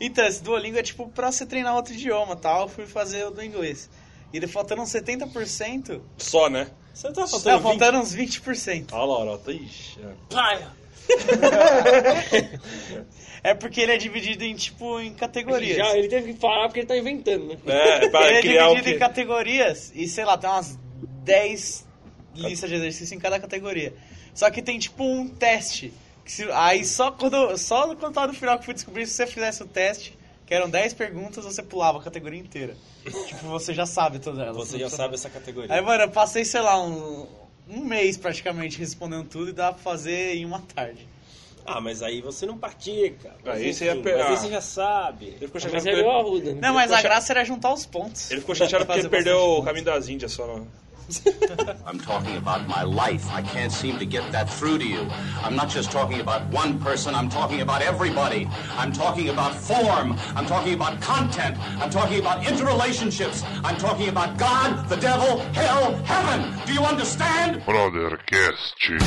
Então, esse Duolingo é tipo pra você treinar outro idioma tal. Eu fui fazer o do inglês. E ele faltando uns 70%. Só, né? Você tá Não, faltando vinte? faltaram uns 20%. Olha lá, Lorota. Ah, Ixi. é. Praia. É porque ele é dividido em tipo em categorias. Já, ele teve que parar porque ele tá inventando, né? É, Ele pra é criar o dividido quê? em categorias e sei lá, tem umas 10 listas de exercícios em cada categoria. Só que tem tipo um teste. que se- aí só quando, só quando tava no final que eu fui descobrir, se você fizesse o teste, que eram 10 perguntas, você pulava a categoria inteira. tipo, você já sabe todas elas. Você não já precisa- sabe essa categoria. Aí, mano, eu passei, sei lá, um, um mês praticamente respondendo tudo e dá pra fazer em uma tarde. Ah, mas aí você não pratica. Mas Aí você ia enfim, pe- Mas ah. aí você já sabe. Ele ficou chateado Mas porque é igual a ele- Ruda. Não, mas a Poxa. graça era juntar os pontos. ele ficou chateado porque Fazer ele perdeu bastante o pontos. caminho das Índias só. né? Não. I'm talking about my life. I can't seem to get that through to you. I'm not just talking about one person, I'm talking about everybody. I'm talking about form. I'm talking about content. I'm talking about interrelationships. I'm talking about God, the devil, hell, heaven. Do you understand? Brothercast.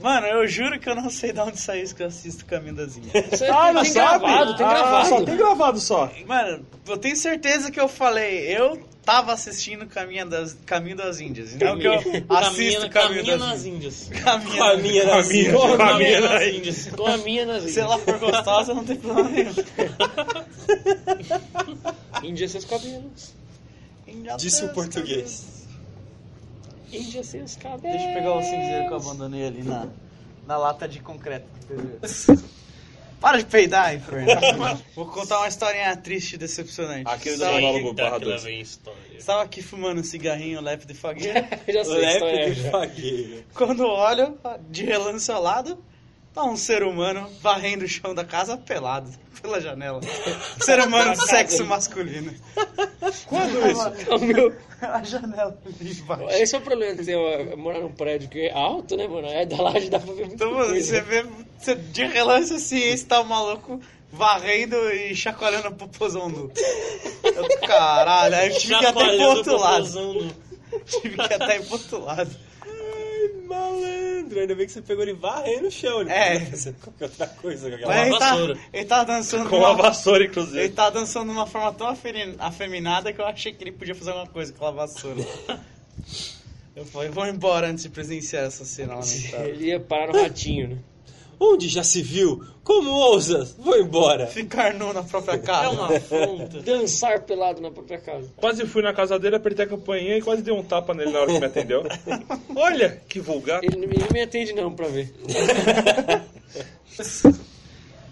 Mano, eu juro que eu não sei de onde saiu isso que eu assisto Caminho das Índias. Isso aí tem gravado, tem Ah, gravado. Só tem gravado só. Mano, eu tenho certeza que eu falei. Eu tava assistindo Caminho das, Caminho das Índias. Não É que eu assisto Caminho, das Índias. Índias. Caminho. Caminha nas Caminha. Índias. Caminha Caminha nas nas Índias. Índias. Com a minha nas Se Índias. ela for gostosa, não tem problema nenhum. Índia seus cabelos. Disse o português. Índia seus cabelos. Deixa eu pegar o cinzeiro que eu abandonei ali na, na lata de concreto. Para de peidar, inferno. Vou contar uma historinha triste e decepcionante. Aquele do Estava aqui- monólogo barra Daquela 2. vem história. Estava aqui fumando um cigarrinho, leve de fagueira. Eu já sei, a história é. Lepe de fagueira. Quando olho de relance ao lado, tá um ser humano varrendo o chão da casa pelado pela janela. ser humano do sexo masculino. Quando isso? O meu- A janela ali embaixo. Esse é o problema de ter uma- morar num prédio que é alto, né, mano? É da laje dá pra ver muita Então, mano, coisa. você vê você- de relance assim, esse tá um maluco varrendo e chacoalhando o popozão nu. Eu, caralho, aí eu tive que até ir pro outro lado. Tive que até ir pro outro lado. Ai, malandro. Ainda bem que você pegou ele varrendo no chão. Né? Ele É. podia fazer qualquer outra coisa com aquela Mas ele tá, É vassoura. ele tá dançando Com numa- a vassoura, Ele inclusive. tá dançando de uma forma tão aferi- afeminada que eu achei que ele podia fazer alguma coisa com a vassoura. Eu falei, vou embora antes de presenciar essa cena lamentável. Ele ia parar no ratinho, né? Onde já se viu? Como ousas? Vou embora. Ficar nu na própria casa. afronta. Dançar pelado na própria casa. Quase fui na casa dele, apertei a campainha e quase dei um tapa nele na hora que me atendeu. Olha, que vulgar. Ele, não- ele não me atende não pra ver.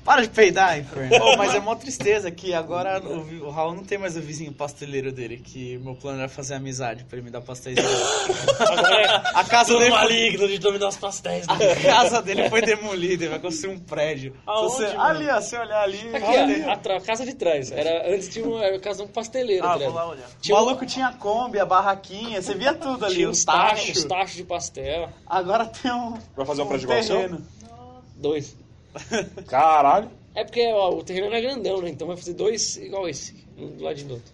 Para de peidar, inferno. Ô, mas é mó tristeza que agora o, vi- o Raul não tem mais o vizinho pasteleiro dele, que meu plano era fazer amizade pra ele me dar pastéis. a casa dele foi, um maligno de dominar os pastéis. né? a casa dele foi demolida, ele vai construir um prédio. Se Aonde, você- mano? ali, ó, se olhar ali, Aqui, olha. ó, a, tra- a casa de trás. Era antes de uma era a casa de um pasteleiro, Ah, tá ligado? olhar. O Tinha um- maluco tinha a Kombi, a barraquinha, você via tudo ali, Tinha os uns tachos, tachos. uns tachos de pastel. Agora tem um. Vai fazer um prédio igual ao seu? terreno. Dois. Caralho. É porque ó, o terreno era grandão, né? Então vai fazer dois igual esse, um do ladinho do outro.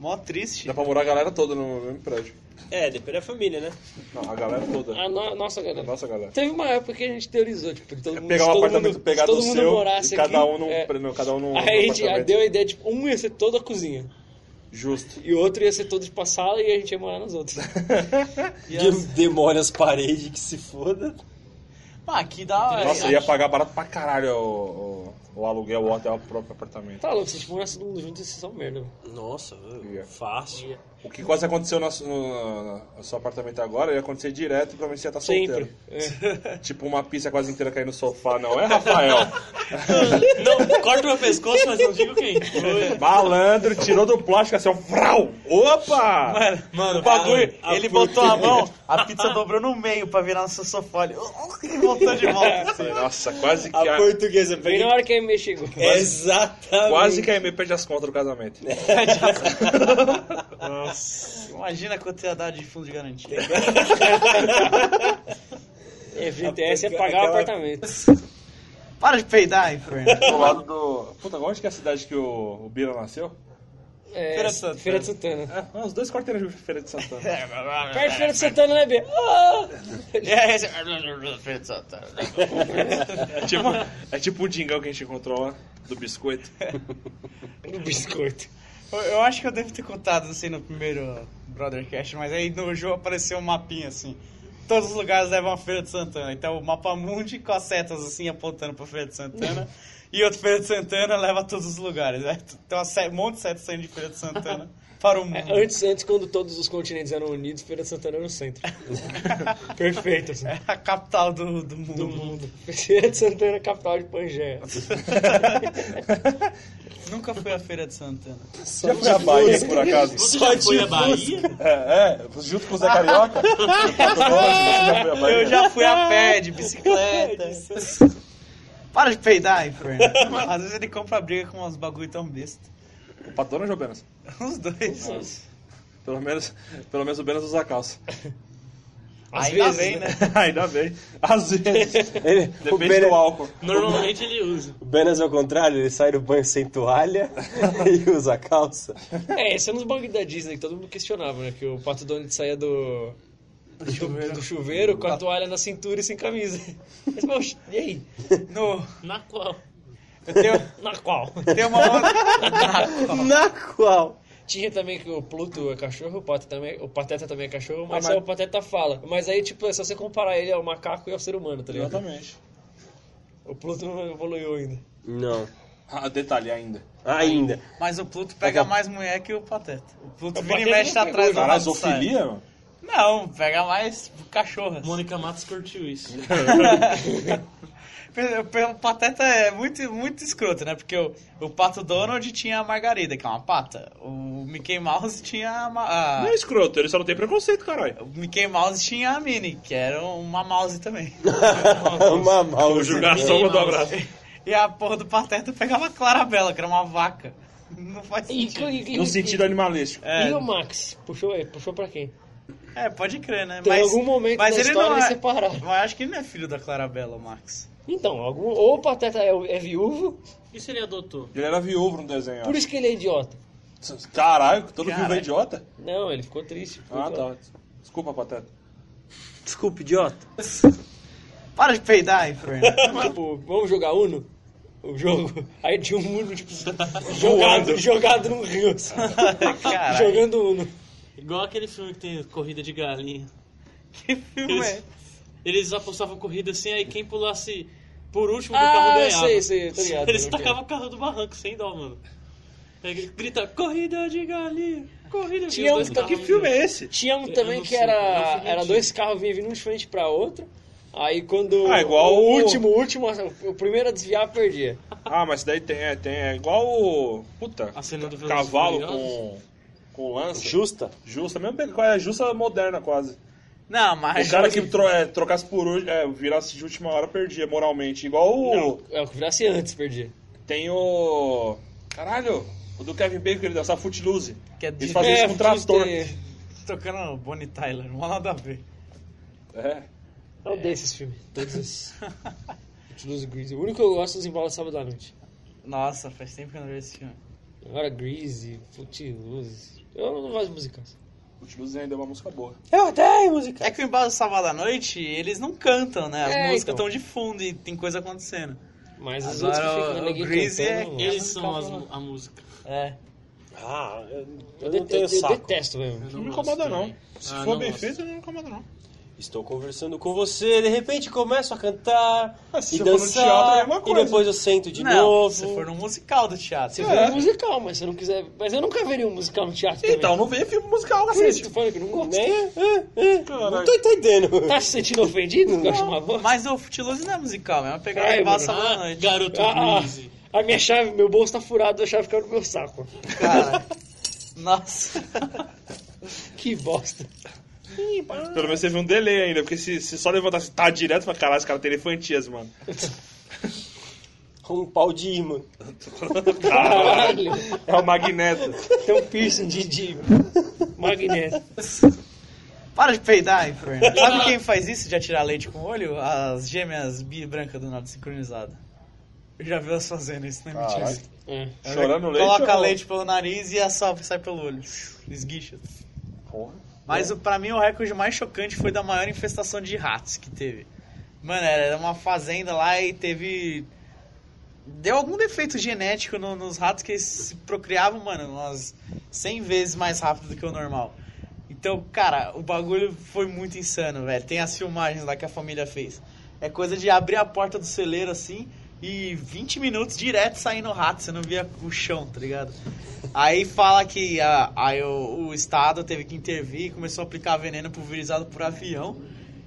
Mó triste. Dá pra morar a galera toda no mesmo prédio. É, depende da família, né? Não, a galera toda. A no- nossa galera. Nossa galera. Teve uma época que a gente teorizou, tipo, de todo mundo. Pegar se um todo apartamento, mundo, pegar se todo do mundo seu morasse e cada aqui, um num, é. não, cada um num Aí a num gente apartamento. deu a ideia, tipo, um ia ser toda a cozinha. Justo. E o outro ia ser todo de passada e a gente ia morar nas outras. Dem- Demole as paredes, que se foda. Ah, que da hora. Nossa, ia pagar barato pra caralho o, o, o aluguel, o hotel, o próprio apartamento. Tá louco, se a gente morasse todo mundo junto, ia ser só merda. mano. Nossa, Ia. fácil. O que quase aconteceu no, no, no seu apartamento agora ia acontecer direto pra mim se você tá solteiro. Sempre. É. Tipo uma pizza quase inteira cair no sofá, não é, Rafael? Não, corta meu pescoço, mas não digo quem. Malandro, tirou do plástico assim, ó. Vrau! Opa! Mano, Mano, o bagulho, a- a ele puta- botou a mão, a pizza dobrou no meio pra virar um no seu sofá. Ele e voltou de volta. assim. Nossa, quase que A a, portuguesa Bem na pega. hora que a ME chegou. Exatamente. quase que a Amy perde as contas do casamento. Imagina quanto ia dar de fundo de garantia. É, FGTS é pagar o Aquela- apartamento. Para de peidar, inferno. Do lado do. Puta, onde que é a cidade que o, o Bira nasceu? É, Feira de Santana. Feira de Santana. Ah, uns dois quarteiros de Feira de Santana. Perto de Feira de Santana, né, B? Ah! É, esse- Feira de Santana. É tipo, é tipo o dingão que a gente encontrou lá, do biscoito. No biscoito. Eu- Eu acho que eu devo ter contado, não sei, no primeiro Brothercast, mas aí no jogo apareceu um mapinha assim. Todos os lugares levam a Feira de Santana. Então o mapa mundi com as setas assim apontando pra Feira de Santana. e outro Feira de Santana leva a todos os lugares. Aí Tem uma se- um monte de setas saindo de Feira de Santana para o mundo. É, antes, antes, quando todos os continentes eram unidos, Feira de Santana era o centro. Perfeito, assim. É a capital do, do mundo. Do mundo. Feira de Santana, é a capital de Pangeia. Nunca fui à Feira de Santana. Já foi a Bahia, por acaso? Você já foi à Bahia? É, é, junto com o Zé Carioca. Você já foi a Bahia? Eu já fui a pé, de bicicleta. Para de peidar, aí, Fernando. Às vezes ele compra briga com uns bagulho tão besta. O Patona ou o Jobenas? Os dois. Pelo menos, pelo menos o Benas usa calça. Às Ainda vezes, bem, né? Ainda bem. Às vezes. Ele, o Depende Benas, do álcool. Normalmente ele usa. o Benas é o contrário, ele sai do banho sem toalha e usa calça. É, esse é um dos bugs da Disney que todo mundo questionava, né? Que o Pato Donald saía do... Do chuveiro. com a toalha na cintura e sem camisa. Mas, poxa, e aí? No, Na qual? eu tenho, Na qual? tenho uma vontade. Na qual? Tinha também que o Pluto é cachorro, o, Pato também, o Pateta também é cachorro, Ah, mas, só o Pateta fala. Mas aí, tipo, é só você comparar ele ao macaco e ao ser humano, tá ligado? Exatamente. O Pluto não evoluiu ainda. Não. Ah, detalhe ainda. Ainda. Mas o Pluto pega mais mulher que o Pateta. O Pluto É, O vira e Pateta mexe não tá atrás da nossa Caralho, zoofilia? mano? saia. Não, pega mais cachorras. Mônica Matos curtiu isso. Pe- pe- O Pateta é muito, muito escroto, né? Porque o, o Pato Donald tinha a Margarida, que é uma pata. O Mickey Mouse tinha a... ma- a- Não é escroto, ele só não tem preconceito, caralho. o Mickey Mouse tinha a Minnie, que era uma mouse também. Uma O mouse. julgação mandou um abraço. E a porra do Pateta pegava a Clarabella, que era uma vaca. Não faz E, sentido. e- e- No sentido animalístico. É, e o Max? Puxou, ele, puxou pra quem? é, pode crer, né? Tem algum momento da história eles separaram. Mas acho que ele não é filho da Clarabella, o Max. Então, algum, ou o Pateta é, o- é viúvo, E se ele adotou? Ele era viúvo no desenho. por isso que ele é idiota. ó. Caralho, todo viúvo é Caralho. idiota? Não, ele ficou triste. ficou Ah, idiota. tá. Desculpa, Pateta. Desculpa, idiota. Para de peidar aí, Fernando. tá. Tipo, vamos jogar Uno? O jogo. Aí tinha um Uno, tipo, jogado, jogado num rio. assim, Caralho, Jogando Uno. Igual aquele filme que tem corrida de galinha. que filme é? Eles apostavam corrida assim, aí quem pulasse por último do Ah, carro eu ganhava. sei, sei, eu tô ligado, Eles eu não tacavam o carro do barranco sem dó, mano. Aí ele grita, corrida de galinha, corrida de Tinha um que- galinha. que é esse? Tinha um Eu também não que sei, é um era, filme era antigo. dois carros vinham vindo um de frente pra outro. Aí quando. Ah, igual o o- último, o último, o primeiro a desviar perdia. Ah, mas daí tem, é, tem, é igual o. Puta, A cena do Velozes e cavalo Furiosos. com. com lança. Justa? Justa, mesmo bem- é justa moderna quase. Não, Ah, mas... o cara que tro- é, trocasse por hoje, é, virasse de última hora, perdia moralmente. Igual o. É o que virasse antes, perdia. Tem o. Caralho! O do Kevin Bacon, ele dançava Footloose. Que é Eles de... faziam É, isso com um trator. Footloose tocando Bonnie Tyler, não há nada a ver. É. Eu odeio esses filmes. Todos esses. Footloose e Greasy. O único que eu gosto é os embalos sábado à noite. Nossa, faz tempo que eu não vejo esse filme. Agora Greasy, Footloose. Eu não gosto de musicais. Footloose ainda é uma música boa. Eu odeio música. É que o Embalo Sábado à Noite, eles não cantam, né? As É, músicas então. estão de fundo e tem coisa acontecendo. Mas os Agora, outros que o- ficam o ninguém Greasy é cantando, Eles são eu as não- mu- a música. É. Ah, Eu, eu, eu não dete- eu tenho saco. detesto mesmo. Não me incomoda, não. Se for bem feito. feito, não me incomoda, não. Estou conversando com você, de repente começo a cantar Ah, se e você for no teatro, é a dançar, mesma e coisa. depois eu sento de não, novo. se for no musical do teatro. Você vê um musical, mas se eu não quiser. Mas eu nunca veria um musical no teatro. Então, também. não vê filme musical, Por isso cacete. que tu falando que eu não gosto. Né? É, é. Não tô entendendo. Tá se sentindo ofendido? Não. Gosto de uma voz. Mas o Footloose não é musical, é uma pegada Ai, de Embalo mano. Sábado à Ah, Noite. garoto Ah, Greasy. ah, a minha chave, meu bolso tá furado, a chave caiu no meu saco. Cara, nossa. Que bosta. Pelo menos teve um delay ainda, porque se, se só levantasse tá direto, pra caralho, esse cara tem elefantias, mano. Um pau de imã. Caralho. É o Magneto. Tem um piercing de, de magnético. Para de peidar, aí, Fernando. Sabe quem faz isso de atirar leite com o olho? As gêmeas bi branca do nada sincronizada. Eu já vi elas fazendo isso, né, Caralho. mentira? É. Chorar no leite Coloca ou- leite pelo nariz e a salva sai pelo olho. Esguicha. Porra. Mas o- pra mim o recorde mais chocante foi da maior infestação de ratos que teve. Mano, era uma fazenda lá e teve. Deu algum defeito genético no- nos ratos que eles se procriavam, mano, umas 100 vezes mais rápido do que o normal. Então, cara, o bagulho foi muito insano, velho. Tem as filmagens lá que a família fez. É coisa de abrir a porta do celeiro assim e 20 minutos direto saindo rato, você não via o chão, tá ligado? Aí fala que a, aí o, o Estado teve que intervir e começou a aplicar veneno pulverizado por avião.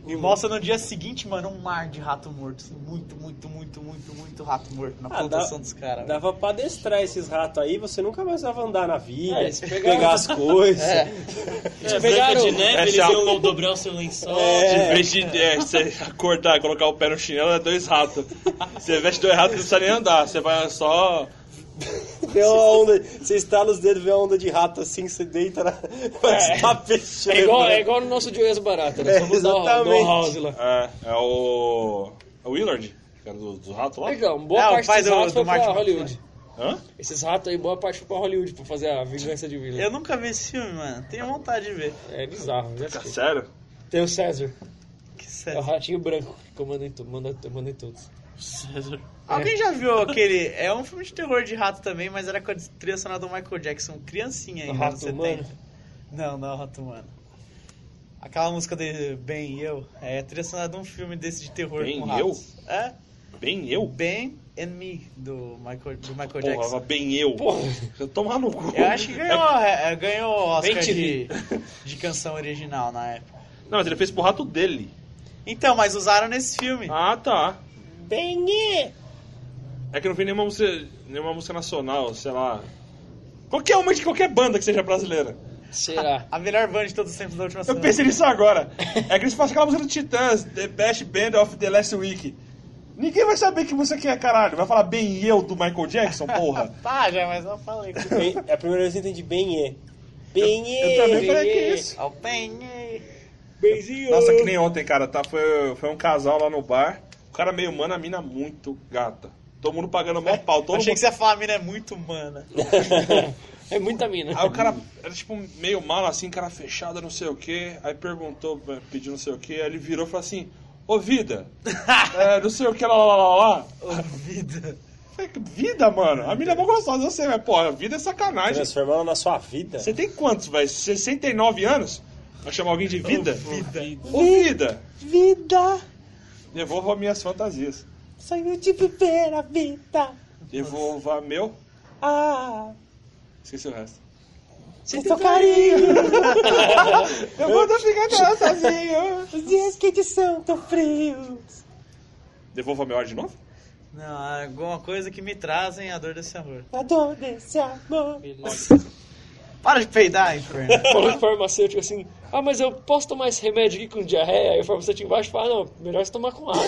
E mostra no dia seguinte, mano, um mar de rato morto. assim, Muito, muito, muito, muito, muito rato morto na Ah, plantação dá- dos caras. velho. Dava pra adestrar esses ratos aí, você nunca mais dava andar na vida, É, eles pegavam- pegar as coisas. É, pegaram- Branca de neve, eles Essa é a- iam dobrar o seu lençol. Em vez de é, você acordar e colocar o pé no chinelo, é dois ratos. Você veste dois ratos e não precisa nem andar. Você vai só. Tem uma onda, você estala os dedos, vê uma onda de rato assim, você deita na. Parece é. tapete. É igual, é igual no nosso Joias Barata, né? É, Vamos dar o- dar o exatamente. house lá. É, é o. É o Willard, que era do, do rato lá? Então, boa É, o parte pai desses do- ratos do foi pra Martin Hollywood. Hã? Esses ratos aí, boa parte foi pra Hollywood pra fazer a vingança de Willard. Eu nunca vi esse filme, mano. Tenho vontade de ver. É bizarro, já sei. Sério? Tem o César, Que é o sério. ratinho branco que comanda em, tu, manda, manda em todos. Alguém já viu aquele. É um filme de terror de rato também, mas era com a trilha sonora do Michael Jackson, criancinha ainda. Rato anos 70. Humano? Não, não, é Rato Humano. Aquela música de Ben e Eu é a trilha sonora de um filme desse de terror Ben com e ratos. É, Bem o eu? Ben and Me, do Michael, do Michael Porra, Jackson. bem eu. Porra, Eu tomar no cu. Eu acho que ganhou, é, é, ganhou o Oscar Ben de, Tilly. de canção original na época. É, Não, mas ele fez pro rato dele. Então, mas usaram nesse filme. Ah, tá. bem É que não vi nenhuma música, nenhuma música nacional, sei lá. Qualquer uma de qualquer banda que seja brasileira. Será? A melhor banda de todos os tempos da última Eu semana. pensei nisso agora. É que eles fazem aquela música do Titãs, The Best Band of the Last Week. Ninguém vai saber que música que é, caralho. Vai falar bem eu do Michael Jackson, porra. Tá, já, mas eu falei. Bem- É a primeira vez que eu entendi bem é. Bem é. Eu também falei que é isso. Ao Ben e- Benzinho! Nossa, que nem ontem, cara. Tá, foi, foi um casal lá no bar. O cara meio humano, a mina muito gata. Todo mundo pagando mó pau. Todo Achei mundo... que você ia falar, a mina é muito humana. É muita mina. Ah, Aí o cara era tipo meio mal assim, cara fechada, não sei o que. Aí perguntou, pediu não sei o que. Aí ele virou e falou assim: Ô vida, é, não sei o que, lá lá lá lá. Ô, vida. Falei, "Que vida, mano. A mina é mó gostosa, eu sei, mas porra, vida é sacanagem. Transformá-la na sua vida. Você tem quantos, velho? 69 anos? Vai chamar alguém de vida? Vida. Ô vida! Vida! Devolva minhas fantasias. Sonho de viver a vida! Devolva meu. Ah! Esqueci o resto. Sem seu carinho! Eu vou ficar sozinho. Os dias que te são tão frios! Devolva meu ar de novo? Não, é alguma coisa que me trazem a dor desse amor. A dor desse amor! Para de peidar, inferno. Falou de farmacêutico assim, ah, mas eu posso tomar esse remédio aqui com diarreia? Aí o farmacêutico embaixo fala, não, melhor você tomar com água.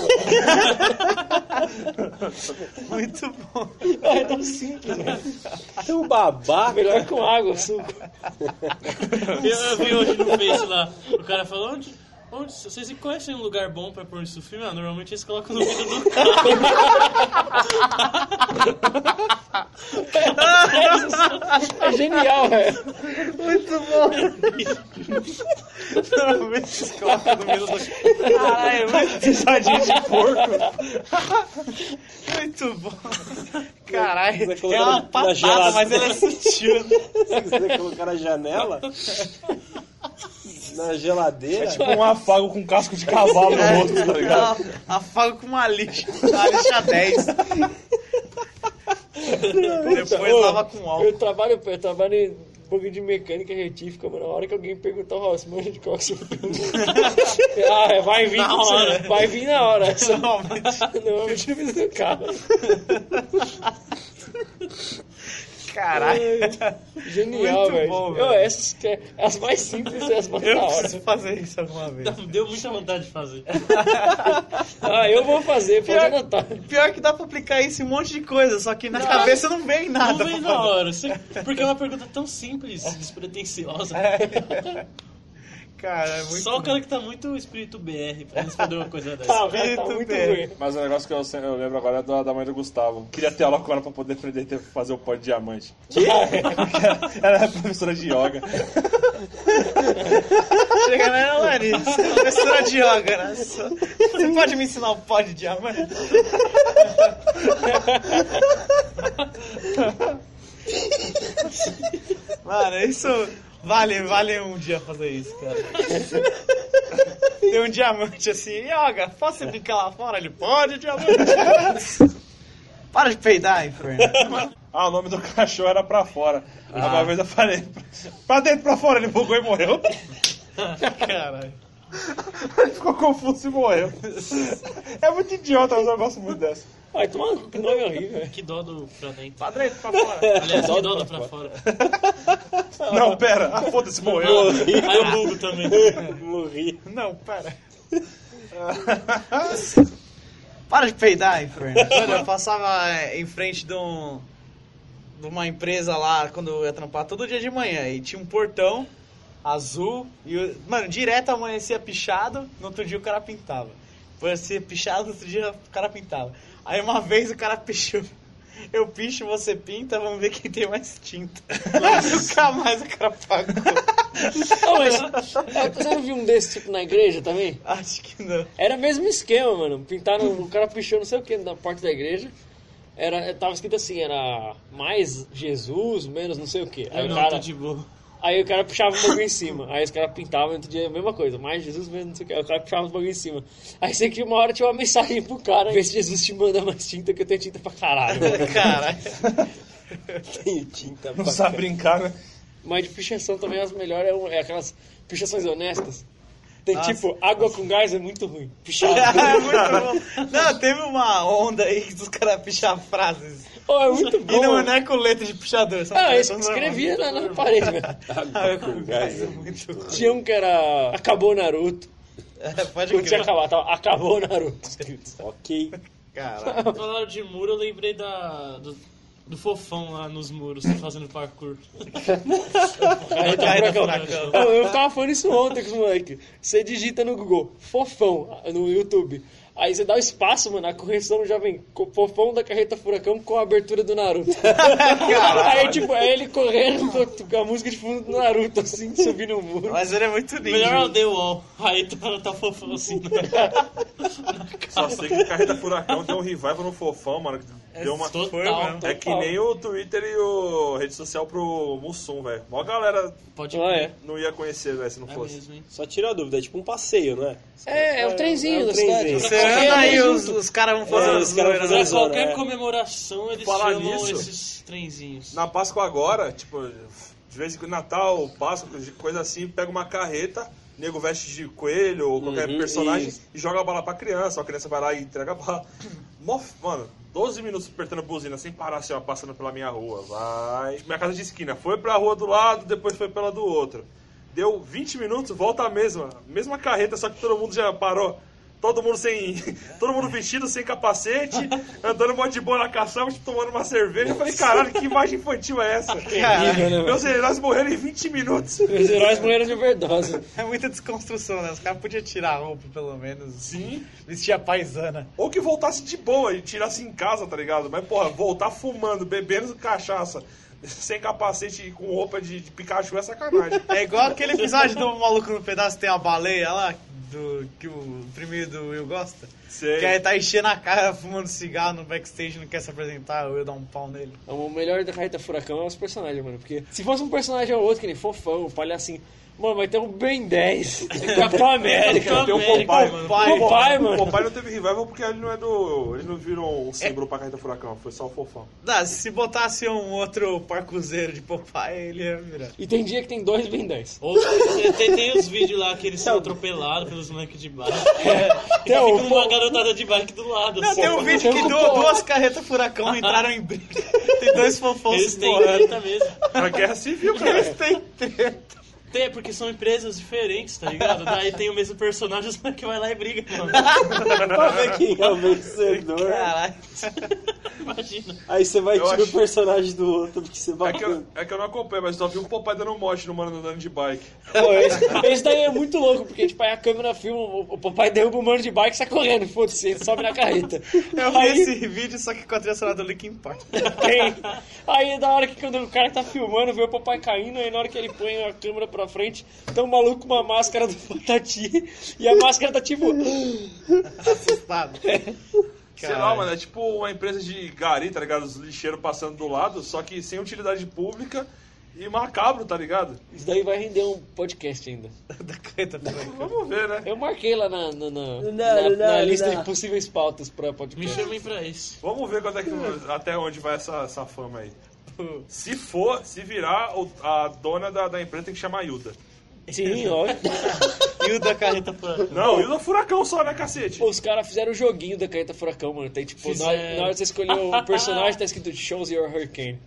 Muito bom. é tão simples, né? Teu babaca! Melhor é com água, suco. Eu, eu vi hoje no Face lá. O cara falou: onde, onde vocês conhecem um lugar bom pra pôr isso no filme? Ah, normalmente eles colocam no vidro do carro. É genial, velho. Muito bom. Normalmente eles colocam no meio do... é Caralho, é muito... Sardinha de porco. Muito bom. Caralho, Você é colocou uma na patada, geladeira. mas ele é sutil. né? Se quiser colocar na janela, na geladeira, Um afago com casco de cavalo no rosto, tá ligado? É uma- Afago com uma lixa, uma lixa 10. Depois Ô, lava com álcool. Eu trabalho, eu trabalho em bug de mecânica retífica, mano. A hora que alguém perguntar, ó, você manja de qual que você pergunta?" Ah, é, vai vir Na hora. Vai vir na hora. Só Normalmente. não, é eu tive do carro. Caralho. Genial, Muito velho. bom, Eu, velho. Essas que é, as mais simples e as mais Eu da preciso hora. fazer isso alguma vez. Deu muita vontade de fazer. Ah, eu vou fazer, pode Pior- anotar. Pior que dá pra aplicar isso em um monte de coisa, só que na cabeça não vem nada. Ah, Não vem pra na fazer. É. hora. você- Porque é uma pergunta tão simples, despretensiosa. Cara, é muito. Só o cara que tá muito espírito BR pra responder uma coisa dessa. Ah, velho, tá Espírito muito dele. ruim. Mas o negócio que eu, se- eu lembro agora é da, da mãe do Gustavo. Queria ter aula com ela pra poder aprender a fazer o pó de diamante. ela era professora de yoga. Chega na Larissa, professora de yoga, né? Só- Você pode me ensinar o pó de diamante? Mano, isso vale, vale um dia fazer isso, cara. Tem um diamante assim, yoga, posso brincar lá fora? Ele pode, diamante. Para de peidar, inferno. Ah, o nome do cachorro era pra fora. Aí Uma vez eu falei, pra dentro, pra fora, ele bugou e morreu. Caralho. Ele ficou confuso e morreu. É muito idiota, mas eu gosto muito dessa. Ai, toma que nome horrível. Que dó do pra dentro. Pra dentro, pra fora. Aliás, que dó do pra fora. Não, pera, ah, foda-se, morreu. Aí eu bugo também. Morri. Não, para. para de peidar, inferno. Mano, eu passava é, em frente de, um, de uma empresa lá, quando eu ia trampar, todo dia de manhã. E tinha um portão azul. E, eu- mano, direto amanhecia pichado, no outro dia o cara pintava. Amanhecia pichado, no outro dia o cara pintava. Aí uma vez o cara pichou. Eu picho, você pinta, vamos ver quem tem mais tinta. Nunca mais o cara pagou. Não, mas, é, você não viu um desse tipo na igreja também? Acho que não. Era o mesmo esquema, mano. Pintaram, o cara pichou não sei o que na porta da igreja. Era, tava escrito assim, era mais Jesus, menos não sei o que. É, Aí, Eu o não, cara, tô um de boa. aí o cara puxava o bagulho em cima. Aí os caras pintavam e outro dia a mesma coisa, mais Jesus, menos não sei o que. Aí o cara puxava os bagulho em cima. Aí sei que uma hora tinha uma mensagem pro cara, vê se Jesus te manda mais tinta que eu tenho tinta pra caralho. Caralho. Tem tá tinta pra Não sabe brincar, né? Mas de pichação também as melhores é, o- é aquelas pichações honestas. Tem Nossa. tipo, água com gás é muito ruim. Pichado. Ah, é muito bom. Não, teve uma onda aí que os caras pichavam frases. oh, é muito bom. E não, não é com letra de pichador. Só Ah, com eu letra normal. escrevia né? na, na parede, velho. Ah, eu- com gás. é muito- muito bom. Tinha um que era. Acabou Naruto. É, pode Não tinha crer. acabado, tava, acabou Naruto. Ok. Caralho. Falaram de muro, eu lembrei da, do, do fofão lá nos muros, fazendo parkour. Aí tá Aí tá furacão. furacão. Não, eu tava falando isso ontem com os moleques. Você digita no Google, fofão, no YouTube. Aí você dá o espaço, mano, a correção já vem. co- Fofão da carreta furacão com a abertura do Naruto. aí, tipo, é ele correndo com- com a música de fundo do Naruto, assim, subindo o muro. Mas ele é muito Melhor lindo. eu dei o all. Aí tá, tá fofão assim. né? Só sei que Carreta Furacão deu um revival no fofão, mano. que Deu uma... Total. Foi mesmo. É que nem o Twitter e o rede social pro Mussum, velho. Mó galera Pode Ah, é. não ia conhecer, velho, se não É fosse. mesmo, hein? Só tirar a dúvida, é tipo um passeio, não é? É, é o trenzinho é o da trenzinho. cidade. Você anda aí, os, os caras vão fazer É, as os caras loiras. vão Pra fazer- Agora, né? qualquer é. comemoração, eles Falar chamam nisso- esses trenzinhos. Na Páscoa agora, tipo, de vez em quando, Natal, Páscoa, coisa assim, pega uma carreta, nego veste de coelho ou qualquer Uhum, personagem isso. e joga a bala pra criança, a criança vai lá e entrega a bala. Mó f- Mano, 12 minutos apertando a buzina sem parar, assim, ó, passando pela minha rua. Vai. Minha casa de esquina. Foi pra rua do lado, depois foi pela do outro. Deu 20 minutos, volta a mesma. Mesma carreta, só que todo mundo já parou. Todo mundo sem. Todo mundo vestido, sem capacete, andando mó de boa na caçamba, tipo, tomando uma cerveja. Eu falei, caralho, que imagem infantil é essa? Cara, Meus heróis morreram em 20 minutos. Os heróis morreram de overdose. é muita desconstrução, né? Os caras podiam tirar a roupa, pelo menos. Sim. Vestir a paisana. Ou que voltasse de boa e tirasse em casa, tá ligado? Mas, porra, voltar fumando, bebendo cachaça, sem capacete e com roupa de, de Pikachu é sacanagem. É igual aquele episódio do Maluco no Pedaço, tem a baleia lá, do, que o primeiro do Will gosta. Sei. Que aí tá enchendo a cara, fumando cigarro no backstage, não quer se apresentar, eu ia dar um pau nele. O melhor da carreta furacão é os personagens, mano. Porque se fosse um personagem ou outro, que nem fofão, um palhacinho. Mano, vai ter um Ben 10. Tem um Capitão América. Tem o América, Popeye, mano. mano. Popeye, mano. O Popeye não teve revival porque ele não é do. Eles não viram um símbolo pra carreta furacão, foi só o fofão. Não, se botasse um outro parcuzeiro de Popeye, ele ia virar. E tem dia que tem dois Ben 10. Ou tem, tem- tem os vídeos lá que eles são atropelados pelos moleques de bike. e Tem um o fica uma po- garotada de bike do lado. Não, assim. tem um vídeo que Tem um du- Popeye. duas carretas furacão entraram em briga. Tem dois fofões Eles se têm porrando. treta mesmo. Era guerra civil, cara. Eles têm treta. Tem, é porque são empresas diferentes, tá ligado? Daí tem o mesmo personagem, só que vai lá e briga, mano. pra ver quem é o vencedor. Caralho. Imagina. Aí você vai Eu tirar acho- o personagem do outro, porque você É que, eu, bateu. é que eu não acompanho, mas só vi um Popeye dando um mote no mano andando de bike. Pô, esse, esse daí é muito louco, porque tipo, aí a câmera filma, o, o papai derruba o mano de bike e sai correndo, foda-se, ele sobe na carreta. Eu vi aí, esse vídeo, só que com a trilha sonora do Linkin Park. Tem. Aí da hora que quando o cara tá filmando, vê o papai caindo, aí na hora que ele põe a câmera pra frente, tem um maluco com uma máscara do Patati, e a máscara tá tipo... Assustado. Sei lá, mano, é tipo uma empresa de gari, tá ligado? Os lixeiros passando do lado, só que sem utilidade pública e macabro, tá ligado? Isso daí vai render um podcast ainda. Da carreta também. Vamos ver, né? Eu marquei lá na, na, na- Não, na- não, na lista não. de possíveis pautas pra Me podcast. chamem pra isso. Vamos ver quando é que- até onde vai essa, essa fama aí. Se for, se virar, o- a dona da, da empresa tem que chamar a Hilda. Sim, ó. E o da carreta pra... Não, Hilda é um furacão só, né, cacete? Pô, os caras fizeram o joguinho da carreta furacão, mano. Tem tipo, na hora, Fizeram. na hora que você escolheu o personagem, tá escrito Shows Your Hurricane.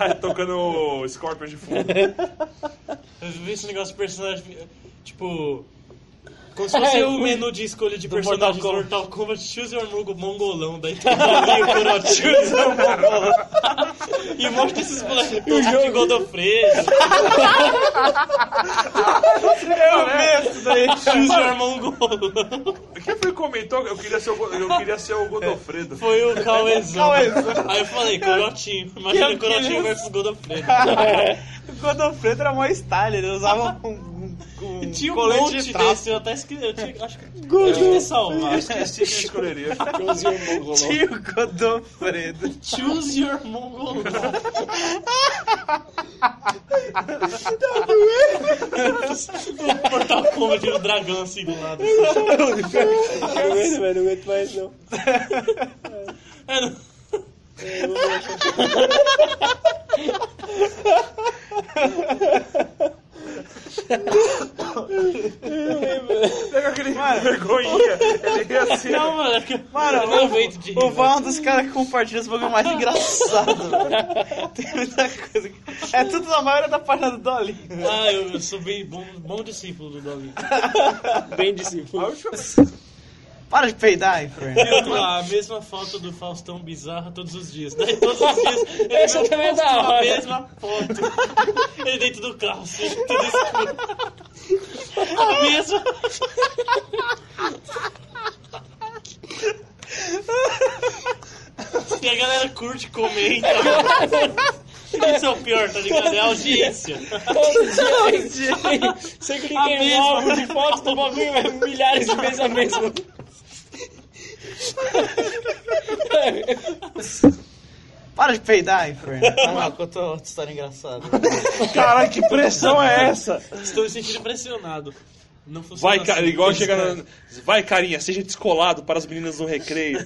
Ai, É, Tocando o Scorpion de fundo. Eu vi esse negócio de personagem. Tipo. Como se fosse É, o o- menu de escolha de personagens do Mortal Mortal Kombat, choose your mongo- mongolão, daí tem um bolinho por ó, choose your mongolão. E mostra esses moleques o jogo? de Godofredo, Eu mesmo, daí. choose your mongolão. Quem foi que comentou? Eu queria ser o, Go- eu queria ser o Godofredo. Foi o é Cauezão. Cauezão. Aí eu falei, Corotinho. Imagina Que- que Corotinho isso? versus Godofredo. O Godofredo era mó style, ele usava um, um, um E tinha um colete monte de trapo. desse, eu até esqueci. Eu tinha, acho que eu tinha que salvar. Acho que esse que eu escolheria. Shows Your Mongolão. Tinha o Godofredo. Choose your mongolão. o Mortal Kombat e o dragão assim do lado. Não aguento, velho, não aguento mais não. É, não- Pega aquele vergonhinha. Ele ia assim. Não, mano, é que Mano, eu não aguento de O rir. Val é um dos caras que compartilha os bagulho mais engraçado. velho. Tem muita coisa. que- É tudo na maioria da página do Dolly. Ah, eu, eu sou bem bom, bom discípulo do Dolinho. Bem Ah, discípulo. Para de peidar, hein, friend. Eu tô lá, a mesma foto do Faustão bizarra todos os dias. Daí todos os dias ele Essa me também é posta da a hora. mesma foto. Ele dentro do carro, assim, tudo escuro. A mesma. E a galera curte, comenta. Isso é o pior, tá ligado? É a audiência. Todo dia. Você clica A em um mesma. álbum de fotos do bagulho, vai milhares de vezes a mesma. Para de peidar, hein, friend. Ah, não, conta outra história engraçada. Caralho, que pressão é essa? Estou me sentindo pressionado. Não funciona Vai, cara, assim. igual chega na... Vai, carinha, seja descolado para as meninas no recreio.